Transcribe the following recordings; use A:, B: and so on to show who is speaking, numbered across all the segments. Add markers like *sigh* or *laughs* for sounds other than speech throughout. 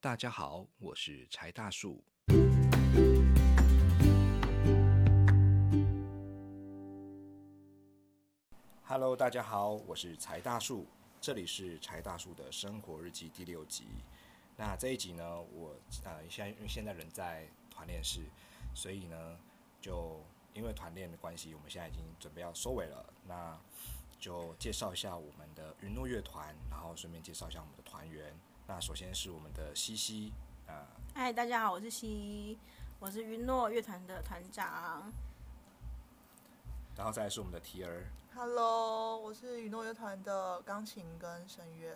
A: 大家好，我是柴大树。Hello，大家好，我是柴大树，这里是柴大树的生活日记第六集。那这一集呢，我呃现在因为现在人在团练室，所以呢，就因为团练的关系，我们现在已经准备要收尾了。那就介绍一下我们的云诺乐团，然后顺便介绍一下我们的团员。那首先是我们的西西，呃，
B: 嗨，大家好，我是西，我是云诺乐团的团长。
A: 然后再来是我们的提儿。
C: Hello，我是雨诺乐团的钢琴跟声乐。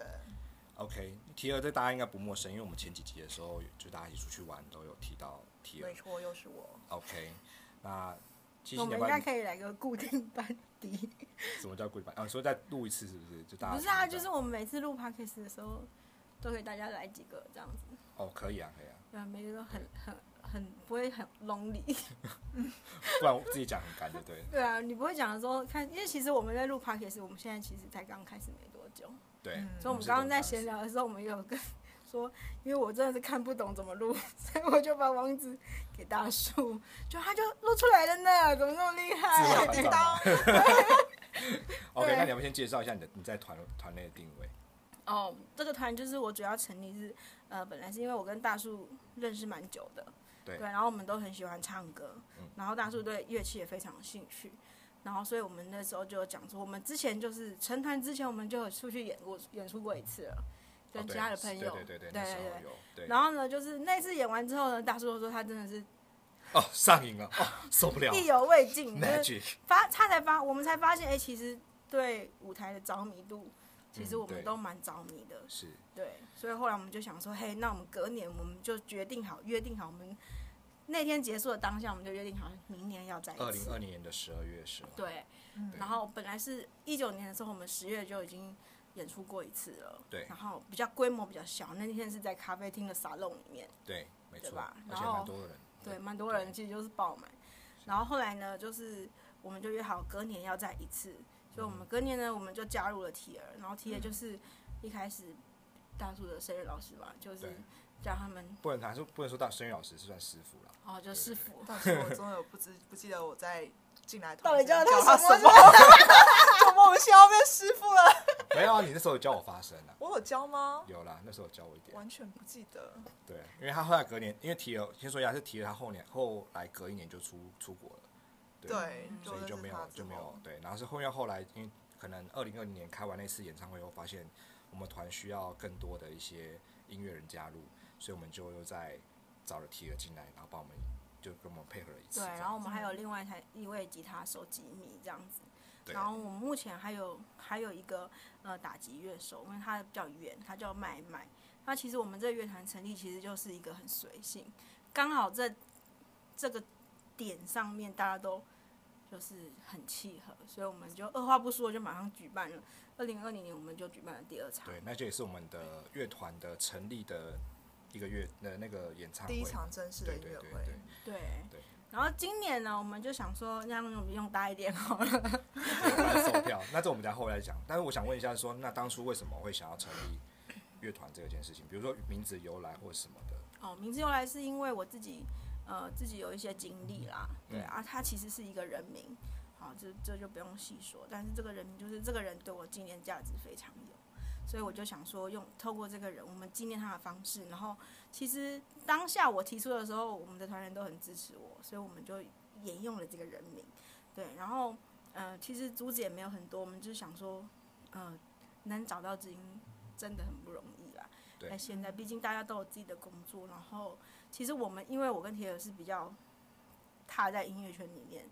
A: OK，提儿对大家应该不陌生，因为我们前几集的时候就大家一起出去玩都有提到提
C: 没
A: 儿。
C: 错，又是我。
A: OK，那西西
B: 我
A: 你要
B: 们
A: 不
B: 应该
A: 要？
B: 可以来个固定班底。
A: 什么叫跪拜？啊，你说再录一次是不是？就大家
B: 不是啊，
A: 听
B: 就
A: 一下
B: 是我们每次录 podcast 的时候，都给大家来几个这样子，
A: 哦，可以啊，可以啊，
B: 对啊，每个都很很很不会很 lonely。 *laughs*
A: 不然我自己讲很干，就对了。
B: 对啊，你不会讲的时候看，因为其实我们在录 podcast，我们现在其实才刚开始没多久，
A: 对，
C: 嗯
B: 所以我
A: 是
B: 们刚刚
A: 懂
B: 在
A: 当时
B: 闲聊的时候，我们有跟说，因为我真的是看不懂怎么录， *laughs* 所以我就把网址给大叔，就他就录出来了呢，怎么那么厉
A: 智慧？
B: 害 *laughs*
C: 叮
A: 环
C: 当
A: 保。OK，
B: 对
A: 那你要不要先介绍一下你的你在团团内的定位？
B: 哦，这个团就是我主要成立是，呃，本来是因为我跟大树认识蛮久的，
A: 对
B: 然后我们都很喜欢唱歌，
A: 嗯
B: 然后大树对乐器也非常有兴趣，然后所以我们那时候就讲说，我们之前就是成团之前，我们就有出去演过演出过一次了，跟
A: 哦
B: 其
A: 对
B: 他的
A: 是
B: 朋友，
A: 对对对
B: 对
A: 那时候
B: 对
A: 有对。
B: 然后呢，就是那次演完之后呢，大树就说他真的是
A: 哦，上瘾了，哦，受
B: *laughs*
A: 不了
B: 意犹未
A: *laughs*
B: 尽，就是
A: ，Magic，
B: 发他才发，我们才发现，哎、其实对舞台的着迷度，其实
A: 嗯
B: 我们
A: 对
B: 都蛮着迷的，
A: 是
B: 对，所以后来我们就想说，嘿，那我们隔年我们就决定好，约定好，我们那天结束的当下，我们就约定好，明年要在
A: 二
B: 一
A: 零
B: 起。
A: 二零年的十二月十号。
B: 对，
C: 嗯
B: 然后本来是一九年的时候，我们十月就已经演出过一次了。
A: 对
B: 然后比较规模比较小，那天是在咖啡厅的沙龙里面，
A: 对，没
B: 对
A: 错，
B: 吧
A: 而
B: 然
A: 且
B: 后
A: 蛮多人。
B: 对，蛮多人，其实就是爆满。然后后来呢，就是我们就约好隔年要再一次，所以
A: 嗯
B: 我们隔年呢，我们就加入了 T 儿，然后 T 儿就是一开始大树的生日老师嘛，就是
A: 对
B: 叫他们
A: 不能他说不能说到声乐老师是算师傅了，
B: 哦，就师傅。
C: *laughs* 但是我真的不知不记得我在进来
B: 到底叫
C: 叫
B: 他
C: 他
B: 什么
C: 什么？ *laughs* 怎么我们要变师傅了？
A: *laughs* 没有啊，你那时候有教我发声啊，
C: 我有教吗？
A: 有啦，那时候有教我一点。
C: 完全不记得。
A: 对，因为他后来隔年，因为提了，先说一下是提了，他后年后来隔一年就出出国了，
C: 对，
A: 嗯所以就没
C: 认识
A: 有
C: 他之
A: 就
C: 后
A: 没有对，然后是后面后来，因为可能二零二零年开完那次演唱会后，发现我们团需要更多的一些音乐人加入，所以我们就又再找了 T 了进来，然后帮我们就跟我们配合了一次
B: 对，
A: 这样。
B: 然后我们还有另外一台一位吉他手吉米这样子。
A: 对
B: 然后我们目前还有还有一个呃打击乐手，因为他比较远，他叫麦麦。那其实我们这个乐团成立其实就是一个很随性，刚好这这个点上面大家都就是很契合，所以我们就二话不说就马上举办了。二零二零年我们就举办了第二场，
A: 对，那这也是我们的乐团的成立的一个月的那个演唱会
C: 第一场正式
A: 对
C: 的音
A: 对
C: 乐
A: 对
C: 会，
A: 对，
B: 对
A: 对
B: 然后今年呢，我们就想说，那我们用大一点哦好了。
A: 反正售票。那这我们等一下后来讲。但是我想问一下说那当初为什么会想要成立乐团这件事情？比如说名字由来或什么的。
B: 哦，名字由来是因为我自己，呃，自己有一些经历啦，对
A: 嗯
B: 啊，他其实是一个人名，好，这这就不用细说，但是这个人名就是这个人对我纪念价值非常有，所以我就想说用透过这个人，我们纪念他的方式，然后其实当下我提出的时候，我们的团员都很支持我，所以我们就沿用了这个人名，对，然后呃，其实主旨也没有很多，我们就想说，呃，能找到知音真的很不容易啦。
A: 对
B: 那现在毕竟大家都有自己的工作，然后其实我们因为我跟铁友是比较踏在音乐圈里面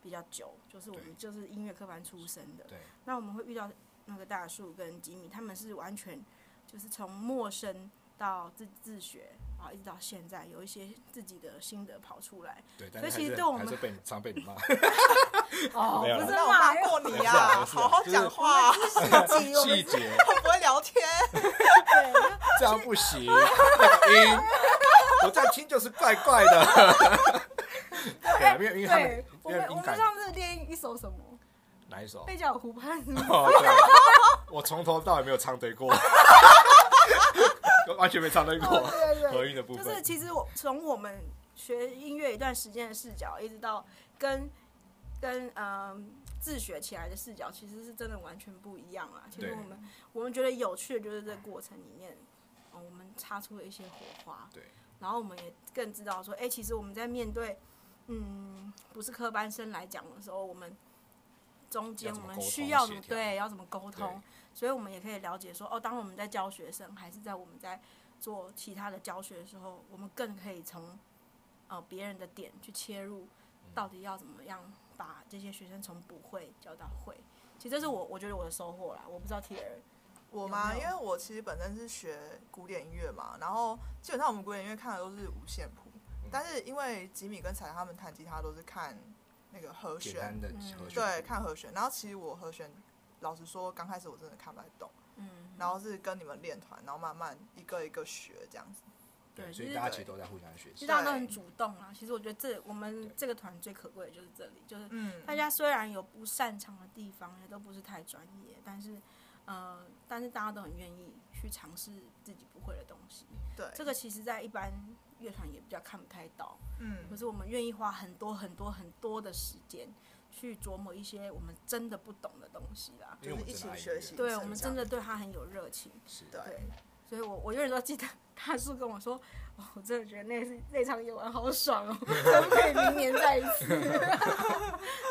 B: 比较久，就是我
A: 对
B: 们就是音乐科班出身的，
A: 对
B: 那我们会遇到那个大树跟吉米，他们是完全就是从陌生到自自学啊，一直到现在有一些自己的心得跑出
A: *laughs*
B: 来。
A: 对，但是
B: 所以其实
A: 还是
B: 对我们
A: 还是被你常被你
B: *laughs*
A: 骂。
B: 哦
A: 没有啦
B: 不是
C: 那我
B: 骂
C: 骂
B: 人
C: 过你
A: 没事啊
C: 啊！
A: 没事啊
C: 好好讲话啊，
B: 自己，我们
A: 细
B: *laughs*
A: 节
C: 会不会聊 *laughs* 天？
B: 对，
A: 这样不行，那个音，我这样听就是怪怪的。 *laughs* 对啊，因为因为他们
B: 哎对，我
A: 因为
B: 们我
A: 音
B: 们
A: 感
B: 上次练一首什么？
A: 哪一首？
B: 贝加尔湖畔是吗？
A: 哦，对，我从头到尾没有唱对过。完全没唱到过
C: 对对
A: 合
C: 对，
A: 韵的部
B: 就是
A: 分。
B: 其实我从我们学音乐一段时间的视角，一直到跟跟嗯、自学起来的视角，其实是真的完全不一样啊。其实
A: 对
B: 我们我们觉得有趣的就是这个过程里面，呃我们擦出了一些火花。
A: 对，
B: 然后我们也更知道说，哎、其实我们在面对嗯不是科班生来讲的时候，我们中间
A: 要怎
B: 我
A: 么
B: 们
A: 沟通
B: 需要
A: 协
B: 怎么
A: 调
B: 对要怎么沟
A: 对
B: 通，所以我们也可以了解说，哦，当我们在教学生，还是在我们在做其他的教学的时候，我们更可以从呃别人的点去切入，到底要怎么样把这些学生从不会教到会。其实这是我我觉得我的收获啦，我不知道 T 儿
C: 我
B: 有
C: 吗？
B: 没
C: 因
B: 有
C: 为我其实本身是学古典音乐嘛，然后基本上我们古典音乐看的都是五线谱，
A: 嗯
C: 但是因为吉米跟彩彩他们弹吉他都是看那个和
A: 简
C: 弦
A: 单，的
B: 嗯
A: 合
C: 对，
A: 弦，
C: 看和弦。然后其实我和弦，老实说，刚开始我真的看不太懂，
B: 嗯，
C: 然后是跟你们练团，然后慢慢一个一个学这样子。
B: 对
A: 所
B: 就
A: 以
B: 是
A: 大家其实都在互相学
B: 其实
A: 习。
B: 大家都
C: 对
B: 很主动啦。其实我觉得这我们
A: 对
B: 这个团最可贵的就是这里，就是
C: 嗯，
B: 大家虽然有不擅长的地方，也都不是太专业，但是呃，但是大家都很愿意去尝试自己不会的东西。
C: 对，
B: 这个其实，在一般乐团也比较看不太到，可
C: 嗯，
B: 是我们愿意花很多很多很多的时间去琢磨一些我们真的不懂的东西啦。
A: 因为我们
C: 就是一
A: 真的爱
C: 起
A: 音
C: 学
A: 乐
C: 习
B: 对
C: 嗯是
B: 我们
C: 这
B: 真
C: 样
B: 的对他很有热情，
A: 是
C: 对
B: 对，所以我我永远都记得 *laughs* 大叔跟我说，哦我真的觉得那是那场夜晚好爽哦， *laughs* 可不可以明年再一次？ *laughs*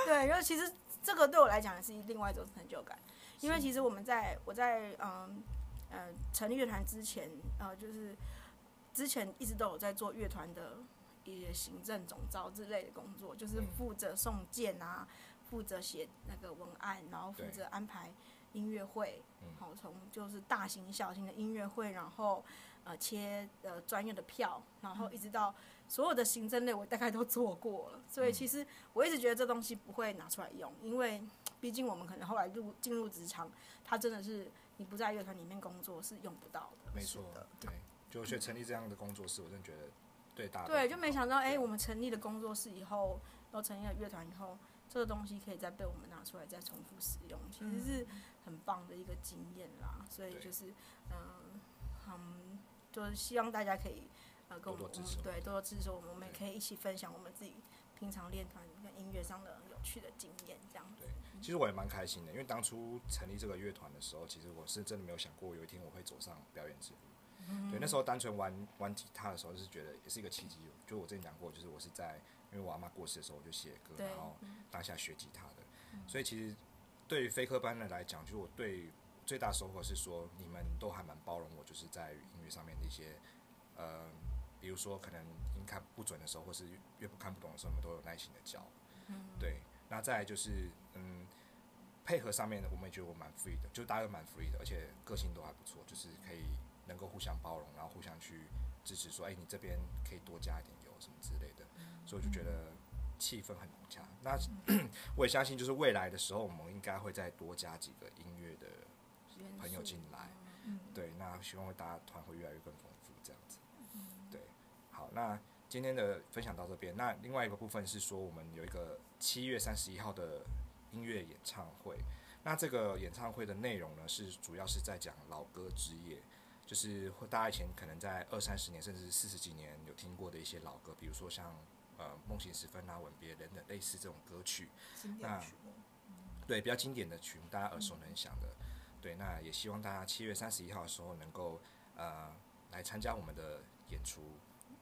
B: 对，然后其实这个对我来讲也是另外一种成就感，因为其实我们在我在嗯呃成立乐团之前，呃就是之前一直都有在做乐团的一些行政总招之类的工作，就是
A: 嗯
B: 负责送件啊，负责写那个文案，然后负
A: 对
B: 责安排音乐会
A: 嗯，
B: 好从就是大型小型的音乐会，然后呃切呃专业的票，然后一直到所有的行政类我大概都做过了，所
A: 嗯
B: 以其实我一直觉得这东西不会拿出来用，因为毕竟我们可能后来入进入职场，它真的是你不在乐团里面工作是用不到的。
A: 没错
C: 是的，
A: 对，就所以成立这样的工作室，我真的觉得对大家都
B: 对，
A: 很
B: 就
A: 好
B: 没想到，哎、
A: 对
B: 我们成立了工作室以后，然后成立了乐团以后，这个东西可以再被我们拿出来再重复使用，其
C: 嗯
B: 实是很棒的一个经验啦。所以
A: 对
B: 就是，嗯嗯，就是希望大家可以呃跟我
A: 多
B: 们
A: 多支持
B: 我们对多多支持我们，我们也
A: 对
B: 可以一起分享我们自己平常练团跟音乐上的有趣的经验，这样子。
A: 其实我也蛮开心的，因为当初成立这个乐团的时候，其实我是真的没有想过有一天我会走上表演之路。对，那时候单纯玩玩吉他的时候，就是觉得也是一个契机。就我之前讲过，就是我是在因为我阿妈过世的时候，我就写歌，
B: 对
A: 然后当下学吉他的。所以其实对于非科班的来讲，就是我对最大收获是说，你们都还蛮包容我，就是在音乐上面的一些，呃，比如说可能音看不准的时候，或是乐谱看不懂的时候，你们都有耐心的教。对，那再来就是嗯，配合上面我们也觉得我蛮 free 的，就大家都蛮 free 的，而且个性都还不错，就是可以能够互相包容，然后互相去支持说，哎、你这边可以多加一点油什么之类的，所以我就觉得气氛很融洽。那我也相信，就是未来的时候，我们应该会再多加几个音乐的
B: 元
A: 朋友
B: 素
A: 进来，
C: 嗯
A: 对，那希望大家团会越来越更丰富这样子。对，好，那今天的分享到这边。那另外一个部分是说，我们有一个七月三十一号的音乐演唱会。那这个演唱会的内容呢，是主要是在讲老歌之夜，就是会大家以前可能在二三十年甚至四十几年有听过的一些老歌，比如说像呃《梦醒时分》啊、《吻别》等等类似这种歌曲。
C: 经
A: 那
C: 典曲目，
A: 对比较经典的曲目，大家耳熟能详的。对，那也希望大家七月三十一号的时候能够呃来参加我们的演出。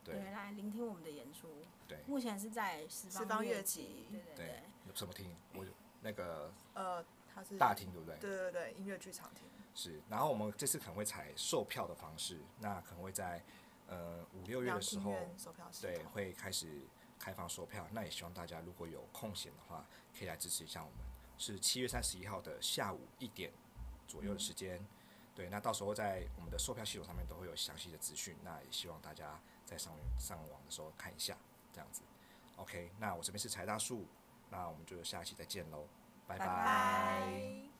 A: 对
B: 对，来聆听我们的演出。
A: 对
B: 目前是在十
C: 十方
B: 乐
C: 乐集
B: 对对
A: 对，什么厅？我那个
C: 呃，它是
A: 大厅对不对？
C: 对对对，音乐剧场厅，
A: 是。然后我们这次可能会采售票的方式，那可能会在呃五六月
C: 两
A: 的时
C: 厅
A: 候，
C: 院售票系
A: 对，
C: 统，
A: 会开始开放售票。那也希望大家如果有空闲的话，可以来支持一下我们。是七月三十一号的下午一点左右的时间。对，那到时候在我们的售票系统上面都会有详细的资讯。那也希望大家在上面上网的时候看一下，这样子。OK，那我这边是柴大树，那我们就下期再见喽，拜
B: 拜
C: 拜
B: 拜。